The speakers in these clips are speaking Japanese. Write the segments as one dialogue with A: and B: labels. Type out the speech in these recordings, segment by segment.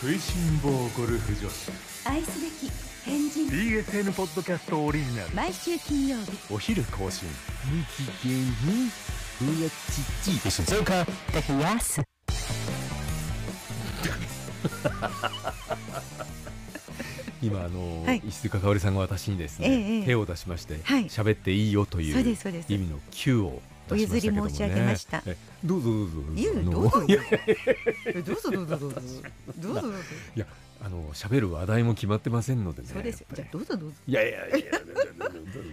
A: 食いしん坊ゴルフ女子
B: 愛すべき変人
C: BSN ポッドキャストオリジナル
B: 毎週金曜日
A: お昼更新
D: 日芸にうやちち
E: 静岡
B: で冷やす
A: 今あの、
B: はい
A: 石塚香織さんが私にですね、
B: ええ
A: 手を出しまして
B: はい
A: 喋、っていいよという
B: そうですそうです
A: 意味の Q を出しましたけども、ね、
B: お譲り申し上げました
A: えどうぞどうぞどうぞ
B: いや
A: あの
B: どうぞ
A: いや
B: どうぞどうぞどうぞどうぞどうぞ
A: あの喋る話題も決まってませんのでね
B: そうですよじゃ
A: や
B: あ
A: っぱ
B: どうぞどうぞ
A: りいやいやいやいや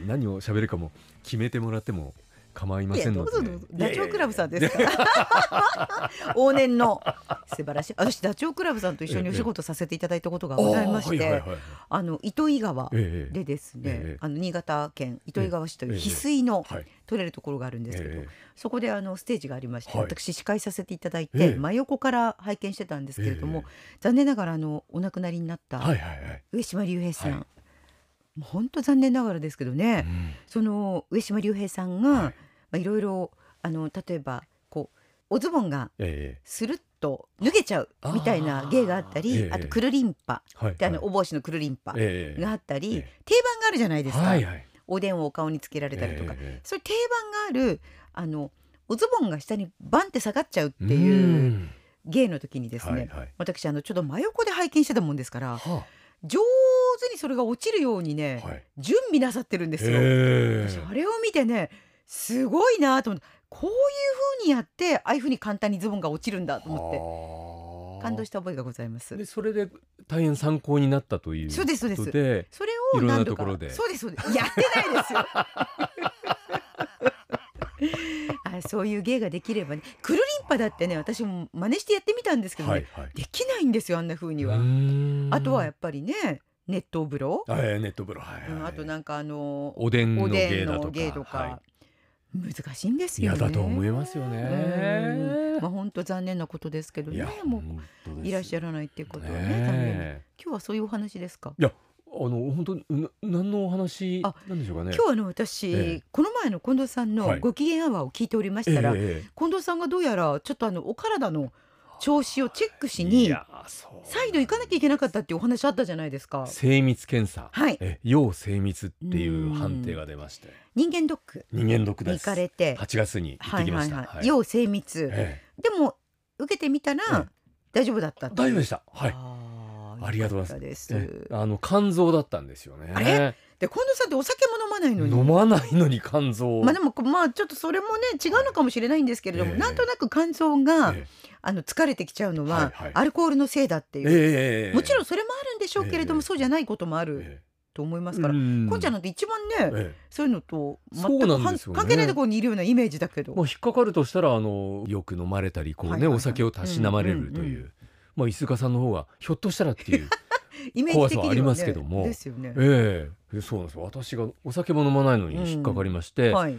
A: 何を喋るかも決めてもらっても構いま
B: い
A: せ
B: や
A: ん
B: ど
A: の
B: う
A: で
B: ぞ
A: ね、
B: どうぞダチョウクラブさんですか 往年の素晴らしい私ダチョウ倶楽部さんと一緒にお仕事させていただいたことがございまして、
A: あーはいはいはいはい
B: あの糸魚川
A: ええ
B: でですね、
A: ええ
B: あの新潟県糸魚川市という
A: ええ
B: 翡翠の
A: はい
B: 取れるところがあるんですけど、
A: ええ
B: そこであのステージがありまして、
A: はい
B: 私司会させていただいて、
A: ええ
B: 真横から拝見してたんですけれども、
A: ええ
B: 残念ながらあのお亡くなりになった、
A: はいはいはい、
B: 上島竜兵さん、
A: はい
B: もう本当残念ながらですけどね、その上島竜兵さんが、
A: はい
B: まあ、いろいろあの例えばこうおズボンが
A: え
B: スルッと脱げちゃうみたいな芸があったり
A: あーええ
B: あとくるりんぱ
A: えはい
B: ってあのお
A: はい
B: 帽子のくるりんぱ
A: ええ
B: があったり、
A: ええ
B: 定番があるじゃないですか、
A: はいはい
B: おでんをお顔につけられたりとか、
A: え
B: そういう定番があるあのおズボンが下にバンって下がっちゃうって
A: え
B: いううん芸の時にですね、
A: はいはい
B: 私あのちょっと真横で拝見してたもんですから
A: は
B: 上手にそれが落ちるように
A: あ
B: ね、
A: はい
B: 準備なさってるんですよ。
A: ええ
B: それを見てねすごいなと思ってこういう風にやってああいう風に簡単にズボンが落ちるんだと思っ
A: は
B: て
A: あ
B: 感動した覚えがございます
A: でそれで大変参考になったという
B: そうですそうです
A: ことで
B: それを何度か
A: いろんなところで
B: そうですそうですやってな いですよあそういう芸ができればねくるりんぱだってね私も真似してやってみたんですけどね、
A: はいはい
B: できないんですよあんな風に
A: う
B: は
A: ーん
B: あとはやっぱりね熱湯風呂、
A: あええネット風呂はい、はい
B: うん、あとなんかあの
A: おでんの
B: おで
A: 芸
B: ん
A: だと
B: の
A: か
B: 芸とか、
A: はい
B: 難しいんです
A: 嫌
B: よね
A: だと思いますよ
B: うん
A: ね
B: まあ本当残念なことですけど
A: い
B: ね
A: や、
B: も
A: 本当で
B: う
A: す
B: いらっしゃらないっていうことはね残念な
A: ねえ
B: 今日はそういうお話ですか。
A: あの本当にな何のお話
B: あ
A: なんでしょうかね
B: 今日あの私、
A: ええ
B: この前の近藤さん
A: は
B: の
A: い
B: ご機嫌アワーを聞いておりましたら、
A: えええ
B: 近藤さんがどうやらちょっとあのお体の調子をチェック
A: え
B: しに
A: そう
B: 再度行かなきゃいけなかったっていうお話あったじゃないですか。
A: 精密検査、
B: はい
A: え要精密っていう判定が出まして
B: 人間ドック
A: 人間ドック
B: に
A: で
B: 行
A: す
B: かれて、
A: 8月に行ってきました、はい
B: 要精密、
A: え
B: でも受けてみたら
A: え
B: 大丈夫だったっ
A: え
B: ていう
A: 大丈夫でしたはい
B: あー
A: ありがとうござい
B: よかったで
A: ます
B: す。
A: ええあの肝臓だったんですよね
B: あれで近藤さんってお酒も飲まないのに
A: 飲まないのに肝臓
B: まあでもこまあちょっとそれもね違うのかもしれないんですけれども、
A: ええ
B: なんとなく肝臓が、
A: え
B: あの疲れてきちゃうのは、
A: はいはい
B: アルコールのせいだって
A: え
B: いう、
A: ええ
B: もちろんそれもあるんでしょうけれども、
A: ええ
B: そうじゃないこともある
A: え
B: と思いま
A: え
B: すから、
A: うん
B: こんちゃんなんて一番ね、
A: え
B: そういうのと全
A: そう
B: く
A: なん
B: はん
A: ですよね
B: 関係ないところにいるようなイメージだけ
A: え
B: ど、
A: まあ引っかかるとしたらあのよく飲まれたりこうね、
B: はいはいはい
A: お酒をたしなまれるという、
B: うんうん
A: まあ伊塚さんの方がひょっとしたらって いう
B: イメー
A: 怖さ
B: ジ的には、ね、
A: はありますけども
B: ですよね。
A: ええそうなんですよ私がお酒も飲まないのに引っかかりまして、
B: はい、
A: い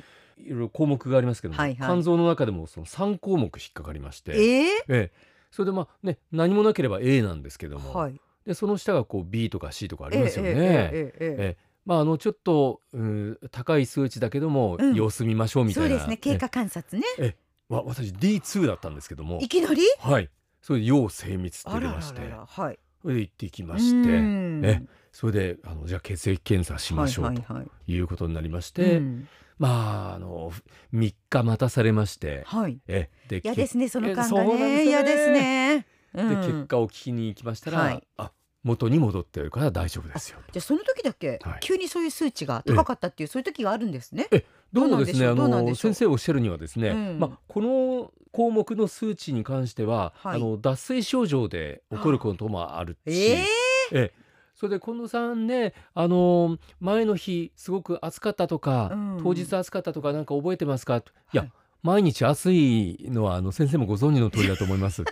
A: ろいろ項目がありますけども、
B: はいはい
A: 肝臓の中でもその3項目引っかかりまして、
B: え
A: ええそれでまあね何もなければ A なんですけど
B: ー
A: も、
B: はい、
A: でその下がこう B とか C とかあ
B: あ
A: りますよね。
B: えええええええ
A: えまああのちょっと、うん、高い数値だけども、
B: うん
A: 様子見ましょう
B: え
A: みた
B: そう
A: いな。
B: ですね経過観察ね、
A: えわ私 D2 だったんですけども
B: い、きなり
A: はい。それで要精密って
B: あ
A: 出
B: らら
A: ま
B: ら
A: して、
B: らはい
A: それで行ってきまし
B: う
A: て、
B: ん
A: えそれであのじゃあ血液検査しましょうと
B: はいはいはい
A: いうことになりまして、
B: うん
A: まああの3日待たされまして、
B: はい
A: えで
B: 嫌ですねその感
A: え
B: が
A: そうなんです
B: ね
A: よね
B: 嫌ですね。う
A: けで
B: ん
A: 結果を聞きに行きましたら、
B: はい
A: あ元に戻ってるから大丈夫ですよ。
B: じゃあその時だけ
A: はい
B: 急にそういう数値が高かったっていうそういう時があるんですね。
A: どうもですね、
B: ど
A: あの
B: うなんでしょうどうなんでしょう
A: 先生おっしゃるにはですね、
B: うん
A: まあこの項目の数値に関しては、
B: はい
A: あの脱水症状で起こることもあるし、
B: ええ
A: ええそれで近藤さんね、あの前の日すごく暑かったとか、
B: うん
A: 当日暑かったとかなんか覚えてますかと、い、
B: は
A: や
B: い
A: 毎日暑いのはあの先生もご存知の通りだと思い ます。い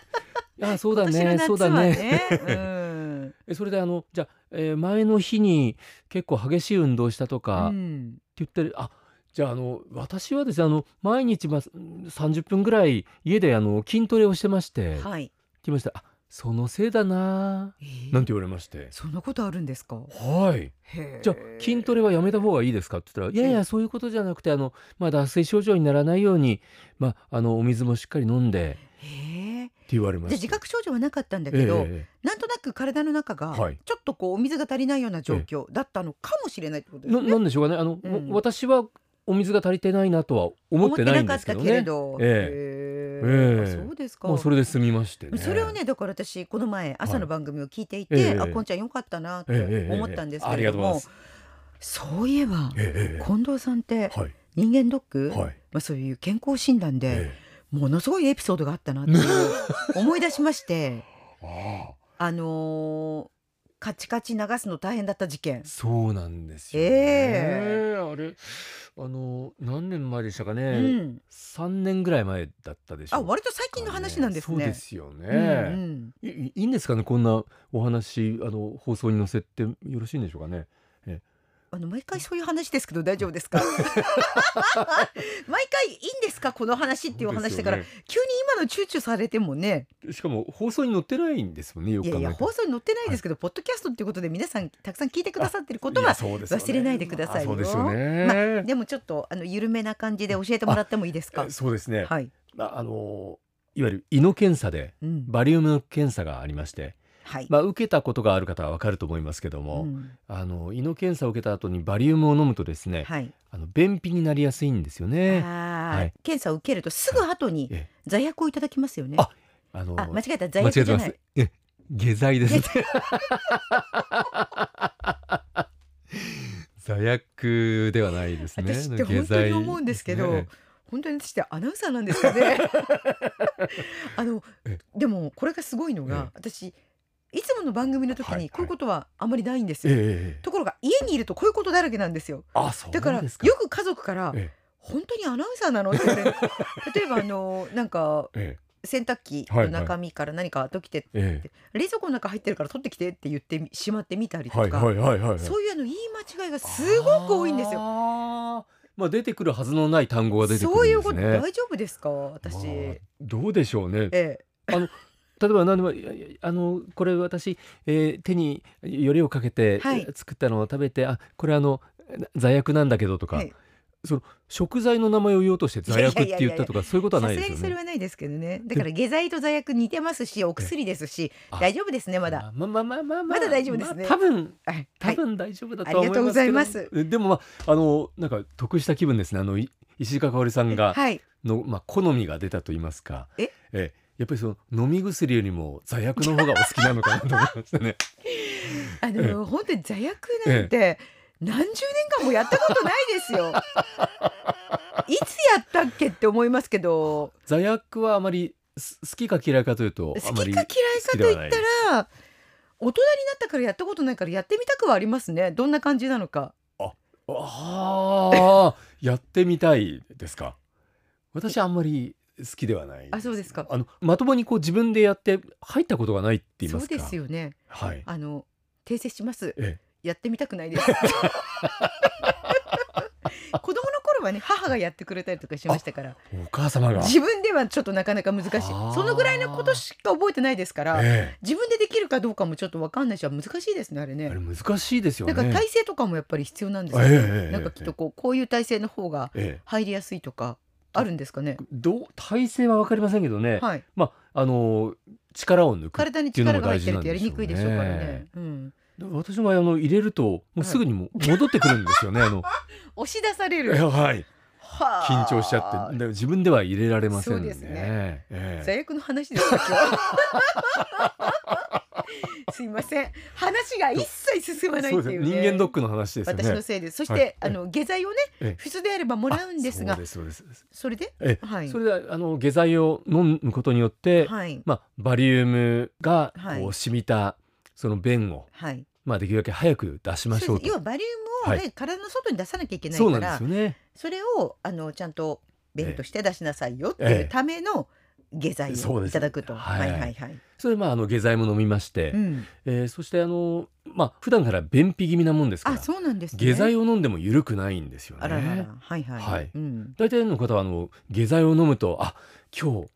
A: やそうだ
B: 今年の
A: ね、
B: 夏
A: そうだ
B: は
A: ね。
B: ね。
A: えそれであのじゃあ、えー前の日に結構激しい運動したと
B: う
A: か、
B: んう
A: って
B: ん。
A: 言ってるあじゃああの私はですねあの毎日、まあ、30分ぐらい家であの筋トレをしてまして、って
B: はい。
A: 言いましたあそのせいだな
B: えー
A: あなんて言われまして
B: そんなことあるんですか。
A: はいじゃあ筋トレはやめた方がいいですかって言ったらいやいやそういうことじゃなくてあの、まあ、脱水症状にならないように、まあ、あのお水もしっかり飲んで
B: レ。
A: っ言われま
B: じゃあ
A: し
B: 自
A: た。
B: 覚症状はなかったんだけど、
A: え
B: なんとなく体の中が
A: はい
B: ちょっとこうお水が足りないような状況だったのかもしれないってこと
A: え
B: です
A: な
B: ね。
A: なんでしょうかねあの、
B: うん
A: わ私はお水が足りてないなとは思ってないんですけどね。
B: 思ってなかったけれど、
A: え
B: へー
A: ええ
B: あそうですか。
A: まあ、それで済みましてね。
B: それをねだから私この前朝の番組を聞いていて、
A: はいええ
B: あこんちゃんよかったなと
A: ええ、ええええ
B: 思ったんです
A: あ
B: け
A: り
B: れ
A: が
B: ど
A: とうござい
B: も、
A: ます。
B: そういえば
A: えええ
B: 近藤さんって
A: えはい
B: 人間ドック、
A: はい。
B: まあ、そういう健康診断で
A: え
B: ものすごいエピソードがあったなっていう 思い出しまして
A: えあ
B: あのーカチカチ流すの大変だった事件
A: あ、そうなんですよ、ね。
B: え
A: あれあの何年前でしたか
B: う
A: ね。
B: ん、
A: 三、年ぐらい前だったでしょ
B: あ
A: うかね、
B: 割と最近の話なんですね。
A: そうですよね。
B: うんうん
A: いいいいんですかねこんなお話あの放送に載せてよろしいんでしょうかね。
B: あの毎回そういう話ですけど大丈夫で すか 毎回いいんですかこの話っていう話だから、
A: そうです
B: 急に今の躊躇されてもね
A: よねしかも放送に載ってないんですもんねよ
B: い
A: く考
B: や
A: えた
B: いや
A: ら。
B: 放送に載ってないですけど、ポッドキャストっていうことで皆さんたくさん聞いてくださってること
A: いや
B: は
A: そうですよね
B: 忘れないでくださいよ
A: あそうですよ
B: ま
A: ね。
B: でもちょっとあの緩めな感じで教えてもらってもいいですか
A: えそうですね。
B: はい、
A: まああのいわゆる胃の検査で
B: うん、
A: バリウムの検査がありまして、
B: はい、
A: まあ受けたことがある方はわかると思いますけども、
B: うん
A: あの胃の検査を受けた後にバリウムを飲むとですね、
B: はい、
A: あの便秘になりやすいんですよね。
B: あー
A: はい
B: 検査を受けるとすぐ後に
A: ええ
B: 座薬をいただきますよね
A: ああの
B: あ間違えた座
A: 間違
B: 薬
A: え
B: じ
A: て
B: ゃ
A: ま
B: な
A: す
B: い。
A: え、下剤ですね。 座薬ではないですね。
B: 私って
A: 下
B: 本当
A: 剤
B: に思うんですけど
A: ね
B: 本当に私ってアナウンサーなんですよ ね。あの
A: え
B: でもこれがすごいのが、私いつもの番組の時
A: はいは
B: に
A: い
B: こういうことはあまりないんです
A: え
B: よ。
A: えええ
B: ところが家にいるとこういうことだらけなんですよ。
A: あ、そう
B: だか
A: な
B: ら
A: ん
B: よ
A: ですか。
B: く家族から
A: え
B: 本当にアナウンサーなのって言われる例えばあのなんか
A: え
B: 洗濯機の中身から何か取ってきて、
A: ええ
B: 冷蔵庫の中入ってるから取ってきてって言ってしまってみたりとか、
A: はいはいはいはいはい。
B: そういうあの言い間違いがすごく多いんですよ。
A: よ。まあ出てくるはずのない単語が出てくるん
B: そう
A: で
B: い
A: すね。
B: うこと大丈夫ですか私、
A: まあどうでしょうね。
B: ええ
A: 例えば何でもいやいやあのこれ私、えー手によりをかけて
B: はい
A: 作ったのを食べて、あこれあの座薬なんだけどとか、
B: はい
A: 食材の名前を言おうとして座薬って言ったとかそういうことはない
B: さ
A: です
B: が
A: す
B: に
A: よね。
B: それはないですけどねだから下剤と座薬似てますしお薬ですし
A: あ
B: 大丈夫ですねまだ
A: まあまあまあまあまあ
B: まだ大丈夫ですね
A: まあ多分
B: はいは
A: 多
B: い
A: 分大丈夫だ
B: あ
A: と
B: り
A: は
B: が
A: 思いますけど。
B: とうございます
A: えでもまああのなんか得した気分ですね。あのい石井かかおりさんが
B: はい
A: のまあ好みが出たと言いますか。
B: え
A: えやっぱりその飲み薬よりも座薬の方がお好きなのかなと思いましたね。
B: あ
A: ええ
B: の本当に座薬なんて何十年間もやったことないですよいつやったっけって思いますけど
A: 座薬はあまりす好きか嫌いかというと
B: 好
A: あ
B: き
A: ま
B: か
A: り
B: 嫌いかと
A: 好きで
B: 言
A: はない
B: っ
A: です
B: たら大人になったからやったことないからやってみたくはありますねどんな感じなのか
A: ああやってみたいですか。私あんまり好きではない。
B: あそうですか
A: あのまともにこう自分でやって入ったことがないって言いま
B: そう
A: すか。
B: ですよね
A: はい。
B: あの訂正します、
A: え
B: やってみたくないです 子供の頃はね母がやってくれたりとかしましたから
A: お母様が。
B: 自分ではちょっとなかなか難しい
A: あー
B: そのぐらいのことしか覚えてないですから
A: え
B: 自分でできるかどうかもちょっとわかんないし難しいですねあれ
A: え、あ
B: ね
A: れ難しいですよ
B: な
A: ね。
B: んか体勢とかもやっぱり必要なんですよ
A: えええ
B: ね
A: え
B: なんかきっとこうこういう体勢の方が
A: ええ、
B: 入りやすいとかあるんですかね
A: どう体勢はわかりませんけどね。
B: はい
A: まああの力を抜く。
B: 体に力が入ってるとやりにくいでしょうからね、うん、
A: 私の場合あの入れるともうすぐにも戻ってくるんですよね。 あの
B: 押し出され
A: え
B: る
A: えはい
B: はあ
A: 緊張しちゃってで自分では入れられません
B: そう
A: ね。
B: ですね
A: ええ
B: 最悪の話ですよ今日 すいません話が一切進まない
A: そう
B: って
A: です
B: い
A: ね
B: う、ね、
A: 人間ドックの話ですよね。
B: 私のせいですそして、
A: はい
B: あの下剤を
A: え
B: ね
A: え
B: 普通であればもらうんですが
A: あ
B: そ
A: そうですそうです。
B: れで
A: え
B: はい
A: それであの下剤を飲むことによって、
B: はい
A: まあバリウムが
B: はい
A: こう染みたその便を
B: はい
A: まあできるだけ早く出しまし
B: そ
A: ょう
B: うで
A: と。
B: す要はバリウム
A: は
B: を、ね
A: い
B: 体の外に出さなきゃいけない
A: そうな
B: か
A: んで
B: ら
A: す
B: そ
A: よね。
B: れをあのちゃんとベルとして出しなさいよってい
A: ええ
B: うための下剤
A: そう
B: を
A: で
B: い
A: す
B: ただくと、
A: はい
B: はいはいはい、
A: それでまああの下剤も飲みまして、
B: うん、
A: えーそしてあのまあ普段から便秘気味なもんですか
B: あ
A: ら、
B: そうなんですね
A: 下剤を飲んでも緩くないんですよね。
B: あらららはいはい、
A: はい
B: うん
A: 大体の方はあの下剤を飲むとあ今日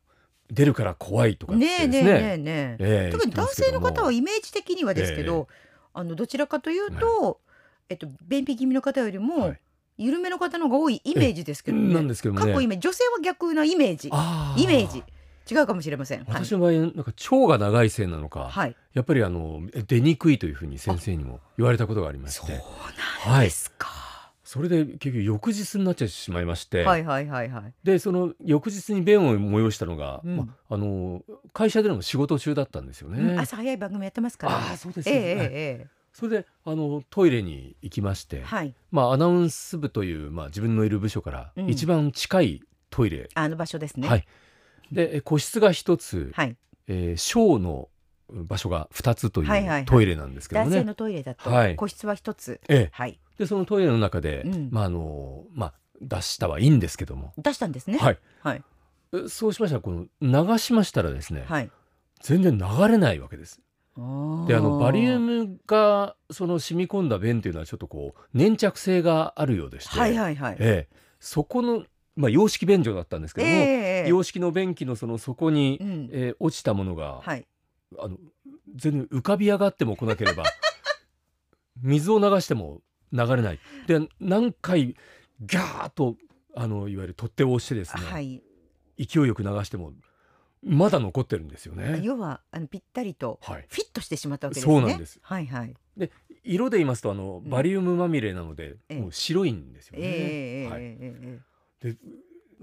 A: 出るから怖いとかって
B: ね
A: ですね。
B: えねえねえね
A: え
B: え、
A: え
B: 特に男性の方は
A: 言ってますけども
B: イメージ的にはですけど、あのどちらかというと、えっと便秘気味の方より
A: は
B: も
A: い
B: 緩めの方の方が多いイメージですけどね、
A: なんですけども
B: 過
A: ね。
B: 去イメージ女性は逆なイメージ
A: あー
B: イメージ違うかもしれません。はい
A: 私。の場合なんか腸が長いせいなのか、
B: はい。
A: やっぱりあの出にくいというふうに先生にも言われたことがありまし
B: そう
A: て
B: なん
A: は
B: で
A: い
B: すか。
A: それで結局翌日になっちゃってしまいまして、
B: はいはいはいはい。
A: でその翌日に便を催したのが、
B: うん
A: まあの会社での仕事中だったんですよね。
B: うん朝早い番組やってますから。
A: ああそうです
B: え
A: よ
B: え
A: ね
B: え
A: はい
B: ええ
A: それであのトイレに行きまして、
B: えはい。
A: まあ、アナウンス部という、まあ、自分のいる部署から
B: うん
A: 一番近いトイレ、
B: あの場所ですね。
A: はい、でえ個室が一つ、
B: はい。
A: えー小の場所が二つと
B: はいはいはいいう
A: トイレなんですけども
B: 男
A: ね。
B: 性のトイレだと
A: はい
B: 個室は一つ。
A: ええ
B: はい。
A: でそのトイレの中で、
B: うん
A: まああのまあ、出したはいいんですけども、
B: 出したんですね。
A: はい
B: はい
A: えそうしましたらこの流しましたらですね、
B: はい。
A: 全然流れないわけです。であのバリウ
B: ム
A: ムがその染み込んだ便というのはちょっとこう粘着性があるようでして、
B: はいはいはい。
A: ええ、そこの、まあ、洋式便所だったんですけども、
B: ええ
A: 洋式の便器のその底に、
B: うん
A: えー落ちたものが、
B: はい。
A: あの全然浮かび上がっても来なけれ ば水を流しても流れないで何回ギャーッとあのいわゆる取っ手を押してですね、
B: はい。
A: 勢いよく流してもまだ残ってるんですよね。
B: 要はあのぴったりと
A: はい、
B: フィットしてしまったわけですね。
A: そうなんです
B: はいはい。
A: 色で言いますとあの
B: うん
A: バリウムまみれなので、
B: ええ
A: もう白いんですよね、
B: ええええ
A: はい
B: えええ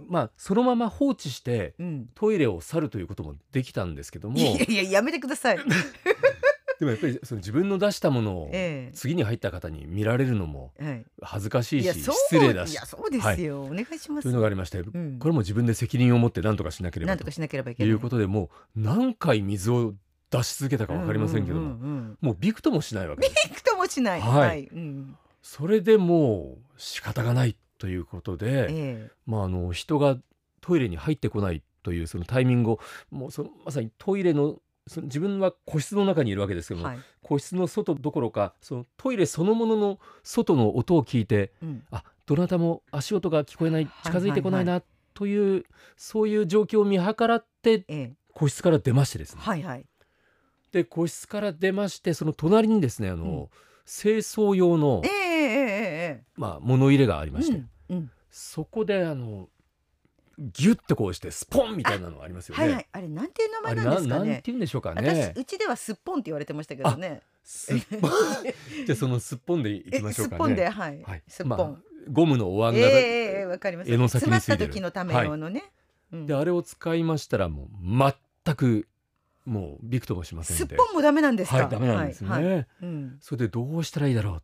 A: まあ、そのまま放置して
B: えうん。
A: トイレを去るということもできたんですけども
B: いやいややめてください。
A: でもやっぱりその自分の出したものを
B: え
A: 次に入った方に見られるのも
B: えはい。
A: 恥ずかしい
B: い
A: し
B: やそう
A: 失礼だ
B: い
A: し
B: やそうですよ、お願いしま
A: と
B: す
A: いうのがありまして、こ
B: うん、
A: れも自分で責任を持って何とかしなけれ
B: な
A: ば
B: んとか
A: と
B: しなければいけない
A: いうことでもう何回水を出し続けたか分かりませんけども、
B: うんうんうんうん
A: もうびくともしないわけ
B: び
A: です
B: くともしない
A: はい
B: うん
A: それでもう仕方がないということで、
B: え
A: まあ、あの人がトイレに入ってこないというそのタイミングをもうそのまさにトイレのその自分は個室の中にいるわけですけ
B: え
A: ども、
B: はい、
A: 個室の外どころかそのトイレそのものの外の音を聞いて
B: うん、
A: あどなたも足音が聞こえない
B: はい
A: 近づいてこないなという、そういう状況を見計らって
B: ええ
A: 個室から出ましてですね、
B: はいはい
A: で個室から出ましてその隣にですねあの、清掃用の
B: ええ、ええええ
A: まあ、物入れがありまして、
B: ええうん、
A: そこであのギュッてこうしてスポンみたいなのありますよね。
B: はいはいあれなんていう名
A: あ
B: 前
A: れ
B: なん
A: な
B: ですか
A: なんて
B: ね
A: 言うんでしょうかね
B: 私。うちではすっぽんって言われてましたけどね
A: すっぽん じゃあそのすっぽんでい
B: え
A: きましょ
B: す
A: う
B: っ
A: かね。
B: ぽんではい、
A: はい、
B: すっぽん、
A: まあゴムのお椀
B: え
A: が、
B: えええええわかります
A: 柄の先についてる
B: 詰まった時のため用のね、うん
A: であれを使いましたらもう全くもうびくともしません
B: す
A: で
B: っぽんもダメなんですか
A: はいダメなんですね、
B: はいはいうん
A: それでどうしたらいいだろう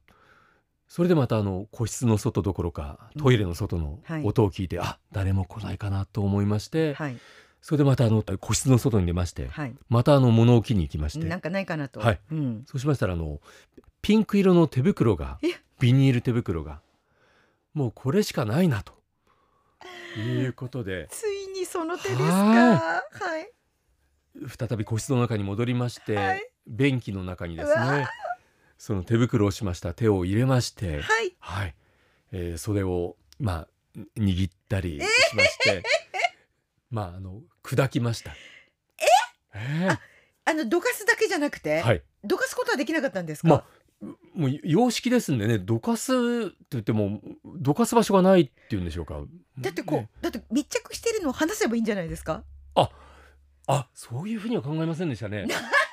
A: それでまたあの個室の外どころかトイレの外の
B: はい
A: 音を聞いて、あ誰も来ないかなと思いまして、
B: はい
A: それでまたあの個室の外に出まして
B: はい
A: またあの物置に行きまして、
B: なんかないかなと。
A: はい
B: うん。
A: そうしましたらあのピンク色の手袋が
B: え
A: ビニール手袋がもうこれしかないなということで
B: ついにその手ですか。は。
A: はい再び個室の中に戻りまして、
B: はい
A: 便器の中にです
B: うわ
A: ねその手袋をしました手を入れまして、
B: はい。
A: はいえー袖をまあに握ったりしまして、まああの砕きました。え
B: あのどかすだけじゃなく
A: え
B: て、
A: はい
B: どかすことはできなかったんですか。
A: まあもう様式ですんでねどかすって言ってもどかす場所がないっていうんでしょうか。
B: だってこう、
A: ね
B: だって密着してるのを話せばいいんじゃないですか。
A: あそういうふうには考えませんでしたね。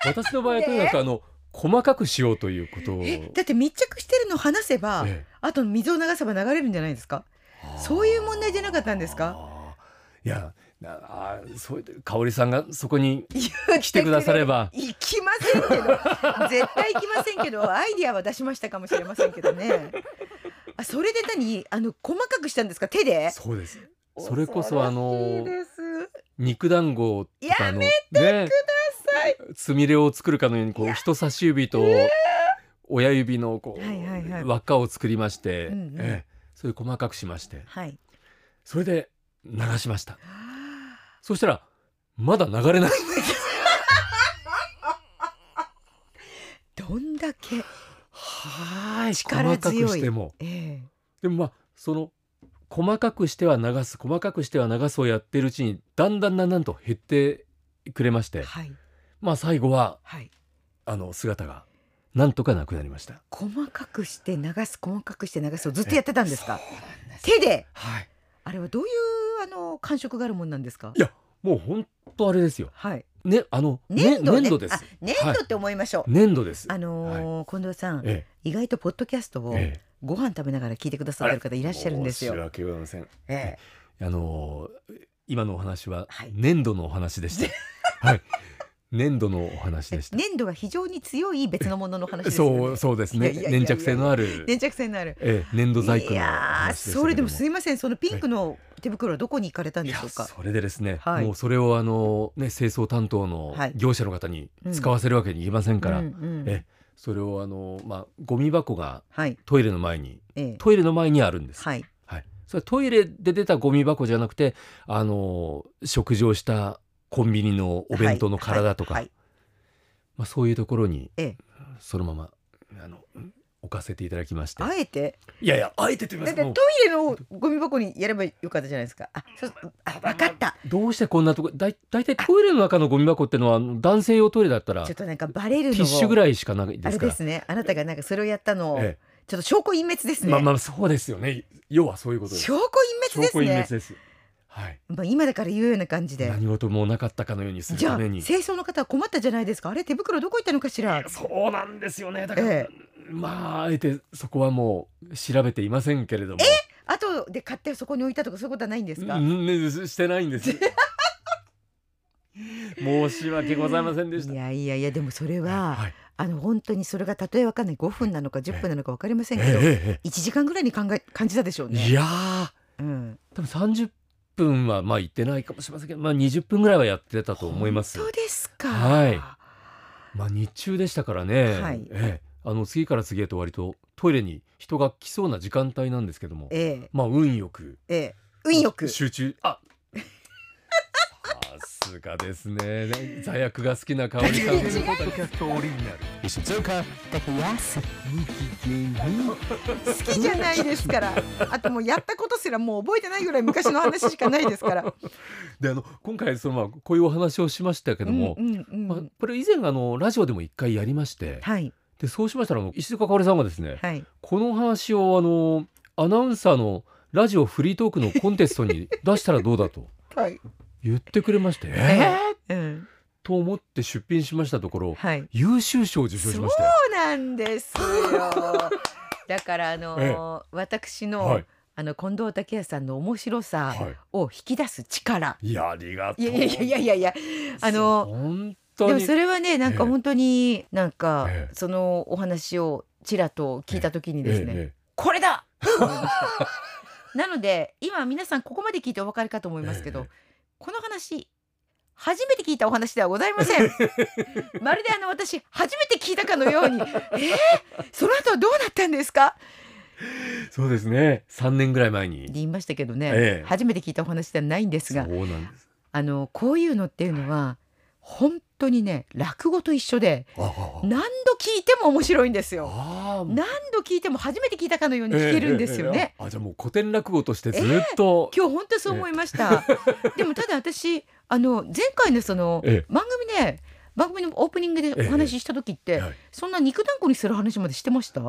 A: 私の場合はとにかくあの細かくしようということを。
B: え、だって密着してるのを話せば、
A: ええ
B: あと水を流せば流れるんじゃないですか。そういう問題じゃなかったんですか
A: あーいやなあーそういう香織さんがそこに来
B: 来
A: てくだされ。ば
B: 行きませんけど絶対行きませんけどアイディアは出しましたかもしれませんけどねあそれで何あの細かくしたんですか手で
A: そうですそれこそあ
B: 恐ろしい
A: の
B: です
A: 肉団子とかのね
B: はい
A: つみれを作るかのようにこう人差し指と親指のこ
B: はいはいはいう
A: 輪っかを作りまして、
B: うんうん
A: ええそれ細かくしまして
B: はい
A: それで流しましたそしたらまだ流れない
B: どんだけ、
A: はーい
B: 力強い
A: 細かくしても
B: え
A: でもまあその細かくしては流す細かくしては流すをやってるうちにだんだんだんだんと減ってくれまし
B: え
A: て
B: はい
A: まあ最後は
B: はい
A: あの姿がなんとかなくなりました。
B: 細かくして流す細かくして流すをずっとやってたんですか手で
A: はい、
B: あれはどういうあの感触があるもんなんですか
A: いやもう本当あれですよ。
B: はい。
A: ね、あの、ね
B: 粘土ね
A: 粘土で
B: あ
A: す。
B: 粘
A: はい
B: 土って思いましょう。
A: 粘土です。
B: あのー近藤さん、
A: え
B: 意外とポッドキャスト
A: え
B: を
A: ええ
B: ご飯食べながら聞いてくださってる方いらっしゃるんです
A: 申し
B: よ。
A: 訳ございません。
B: ええ、
A: あのー今のお話は
B: はい
A: 粘土のお話でした。はい。粘土のお話でした。
B: 粘土が非常に強い別のものの話ですよね。
A: そう、そうですね。
B: いやいやいやいや
A: 粘着性のある、
B: 粘着性のある。
A: ええ、粘土細工
B: い
A: の
B: やー
A: 話でしたけども。
B: それでもすいませんそのピンクの手袋どこに行かれたん
A: い
B: でし
A: や
B: ょうか。
A: それでですね、
B: はい
A: もうそれをあのね清掃担当の
B: はい
A: 業者の方に使わせるわけにいきませんから、
B: うんうん
A: えそれをあのまあゴミ箱が
B: はい、
A: トイレの前に
B: ええ、
A: トイレの前にあるんです。はい。
B: はい、
A: それはトイレで出たゴミ箱じゃなくて、あの食事をしたコンビニのお弁当の
B: はい
A: 殻とか、
B: はい
A: まあそういうところに、
B: ええ
A: そのままあの置かせていただきまして、
B: あえて
A: いやいやあえてと言います
B: だって
A: も
B: ト
A: う
B: イレのゴミ箱にやればよかったじゃないですか。あ、そうあわかった。
A: どうしてこんなとこだい大体トイレの中のゴミ箱ってのはあの男性用トイレだったら
B: ちょっとなんかバレる
A: テ
B: の
A: ィッシュぐら
B: い
A: いしかない
B: あ
A: で
B: れ
A: すか
B: で
A: ら。
B: すね。あなたがなんかそれをやったのを、
A: え
B: ちょっと証拠隠滅です
A: え、
B: ね。
A: まあまあそうですよね。要はそういうことです。
B: 証拠隠滅です
A: 証拠隠
B: ね
A: 滅。です。はい。
B: まあ今だから言うような感じで。
A: 何事もなかったかのようにする
B: じゃ
A: た
B: あ
A: め
B: 清
A: に。
B: 掃の方は困ったじゃないですか。あれ手袋どこ行ったのかしら。
A: そうなんですよね。だから、
B: え
A: まああえてそこはもう調べていませんけれども。
B: あとで買ってそこに置いたとかそういうことはないんですか。
A: うんねしてないんです。 申し訳ございませんでし
B: い
A: た。
B: やいやいやでもそれは、
A: はい。
B: あの本当にそれがたとえわかんない5分なのか10分なのかわかりませ
A: え
B: ん
A: え
B: けど、
A: え
B: 1時間ぐらいに考え感じたでしょう
A: え
B: ね。
A: いやー、
B: うん、
A: 多分三十分はまあ行ってないかもしれませんけど、まあ二十分ぐらいはやってたと思います。
B: 本当ですか。
A: はいまあ日中でしたからね、
B: はい
A: ええ、あの次から次へと割とトイレに人が来そうな時間帯なんですけども、
B: ええ
A: まあ運よく
B: ええ運よく。
A: 集中あさすがですねね座薬が好きな香りさん
C: ポッドキャストオリジナル
D: ご機嫌に
B: 好きじゃないですから。あともうやったことすらもう覚えてないぐらい昔の話しかないですから。
A: であの今回そのまあこういうお話をしましたけども、
B: うんうんうん
A: まあ、これ以前あのラジオでも一回やりまして
B: はい
A: でそうしましたらあの石塚かおりさんがですね、
B: はい。
A: このお話をあのアナウンサーのラジオフリートークのコンテストに出したらどうだ と
B: はい。
A: 言ってくれまして、えー
B: うん。
A: と思って出品しましたところ
B: はい。
A: 優秀賞を受賞しましたよ
B: そうなんです よ。だからあのー私の、
A: はい
B: あの近藤武也さんの面白さ
A: は
B: を引き出す力。
A: いやありがと
B: いうやいやいやいやいや。あの
A: 本
B: で
A: 当
B: も
A: に
B: それはねなんか
A: ええ
B: 本当になんか、
A: ええ
B: そのお話をちらと聞いた時にですね、
A: え
B: これだと思いましたなので今皆さんここまで聞いてお分かりかと思いますけど、
A: ええ
B: この話初めて聞いたお話ではございませ んまるであの私初めて聞いたかのよ うにえー、その後はどうなったんですか
A: えそうですね三年ぐらい前
B: って
A: に
B: 言いましたけどね、
A: ええ
B: 初めて聞いたお話ではないんです
A: そう
B: が
A: なんです
B: あのこういうのっていうのは本当にね落語と一緒で
A: ああ
B: 何度聞いても面白いんですよ
A: ああ
B: 何度聞いても初めて聞いたかのように聞けるんですよね、
A: ええええええあじゃあもう古典落語としてずっと、
B: 今日本当そう思いました。 でもただ私あの前回のその
A: え
B: 番組ね番組のオープニングでお話しした時って、
A: えはい
B: そんな肉団子にする話までしてました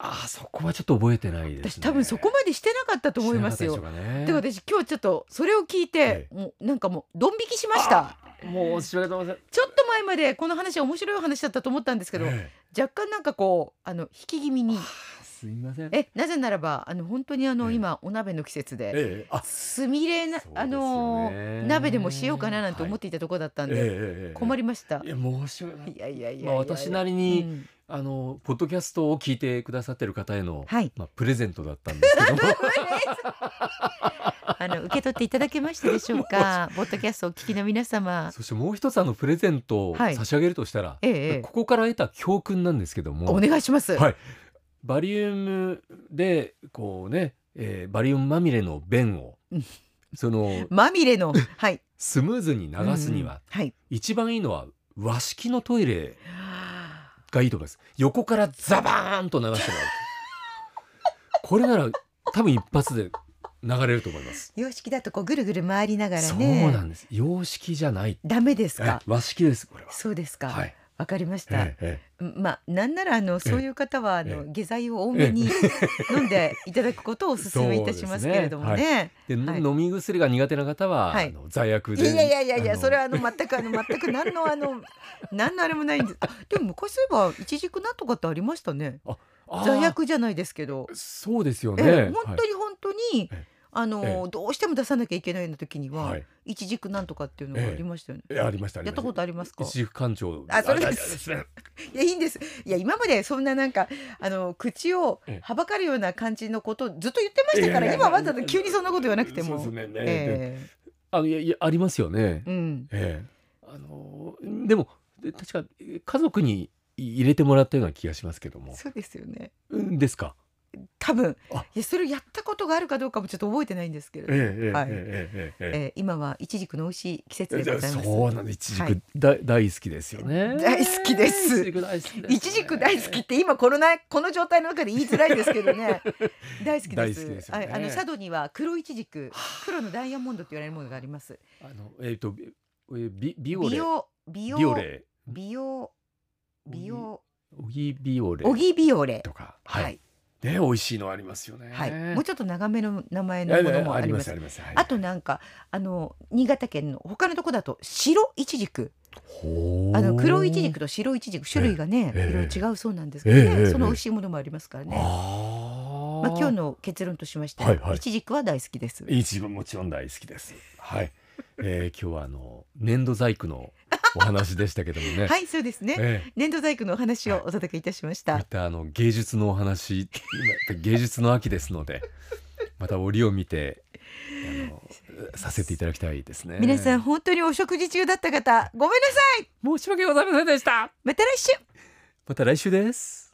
A: ああそこはちょっと覚えてないです、ね、
B: 私多分そこまでしてなかったと思いますよ。
A: しなかったでしょうかね
B: で私今日ちょっとそれを聞いて
A: え、
B: もうなんかもうドン引きしました
A: もうし訳ございま
B: ちょっと前までこの話は面白い話だったと思ったんです
A: せ
B: け
A: ん
B: ど、
A: え
B: 若干なんかこうあの引き気味に
A: えすいませんえ
B: えなぜならばあの本当にあの、
A: ええ
B: 今お鍋の季節で、
A: えあ
B: すみれな、
A: そうですよね
B: あのー鍋でもしようかななんて思っていたところだったんで、困
A: り
B: りました。
A: いや申し訳ない
B: いやいやいやいや
A: まあ私なり
B: う
A: に、
B: ん
A: あのポッドキャストを聞いてくださってる方への、
B: はい。
A: まあプレゼントだったんですけど も
B: あの受け取っていただけましたでしょ うか。ポッドキャストをお聞きの皆様。
A: そしてもう一つあのプレゼントを
B: はい
A: 差し上げるとしたら、
B: ええええ
A: ここから得た教訓なんですけども
B: お願いします。
A: はいバリウムでこうね、えーバリウムまみれの便を
B: うん
A: その
B: まみれの、はい。
A: スムーズに流すに
B: うん
A: は、
B: はい。
A: 一番いいのは和式のトイレがいいと思います横からザバーンと流してもらうこれなら多分一発で流れると思います、
B: 様式だとこうぐるぐる回りながら
A: そう
B: ね。
A: なんです洋式じゃない
B: ダメです
A: え
B: か。
A: 和式ですこれは
B: そうですか。
A: はい
B: わかりました、
A: ええ
B: まあなんならあのそういう方はあの
A: え
B: 下剤を多めに飲んでいただくことをお勧めいたしますけれども
A: そうで
B: ね。
A: ええで、
B: はい
A: 飲み薬が苦手な方は、
B: はい
A: あの罪悪
B: い
A: で
B: やいやいやい
A: あ
B: や
A: の
B: それはあの全くあの全く何のあの何のあれもないんです。あでも昔そういえば一軸なんとかってありましたね。
A: あー
B: 罪悪じゃないですけど。
A: そうですよね、
B: ええ
A: はい
B: 本当に本当に、
A: ええ
B: あ
A: え
B: のどうしても出さなきゃいけないような時には、
A: はい
B: 一軸なんとかっていうのがありましたよね。
A: えありました
B: やったこと
A: あ
B: ありますか。
A: 一軸館長
B: あそれです
A: あああ
B: いやいいんです。いや今までそんななんかあの口を
A: ええ
B: はばかるような感じのことをずっと言ってま
A: い
B: し
A: やい
B: た
A: や
B: から、
A: いや
B: 今わざと急にそんなこと言わなくても。
A: そうですねね
B: え
A: あのいやいやありますよね
B: え、うん。
A: ええあのでもで確かえ家族に入れてもらったような気がしますけども
B: そうですよね。
A: うんですか
B: 多分
A: あ
B: いやそれをやったことがあるかどうかもちょっと覚えてないんですけれど、え
A: え
B: はい
A: えええ
B: え今は一軸の美味しい季節
A: え
B: でございます。
A: そうなんです。一軸、
B: はい
A: だ大好きですよね。
B: 大好きで
A: 一
B: す
A: 軸大好きですね。
B: 一軸大好きって今このなこの状態の中で言いづらいですけ どね大好き
A: 大
B: で
A: 好
B: す
A: きですよ
B: は
A: ね
B: いあの佐渡には黒いちじく黒のダイヤモンドと言われるものがあります
A: あのえっ、とビビビオレ
B: 美容美
A: ビオ
B: 容
A: レ
B: 美容美容
A: オギビオレ
B: オギビオレ
A: とかは、
B: はいい
A: ね美味しいのありますよね。
B: はいもうちょっと長めの名前
A: い
B: の
A: や
B: も
A: い
B: の
A: や
B: も
A: あ
B: あり
A: り
B: ま
A: ます
B: す
A: あります。はい
B: あとなんかあの新潟県の他のとこだと白いちじく
A: ほー
B: あの黒いちじくと白いちじく種類がね
A: ええ
B: いろいろ違うそうなんですけど
A: ええ
B: ねその美味しいものもありますからね
A: あ
B: まあ今
A: の
B: 日の結論としまして
A: はいはい
B: いちじくは大好きです
A: いちごもちろん大好きです。はい。えー、今日はあの粘土細工のお話でしたけどもね。
B: はいそうですね
A: ええ
B: 粘土細工のお話をお届けいたしました。
A: またあの芸術のお話今芸術の秋ですのでまた折を見てあのさせていただきたいですね
B: 皆さん本当にお食事中だった方、ごめんなさい。
A: 申し訳ございませんでした
B: また来週。
A: また来週です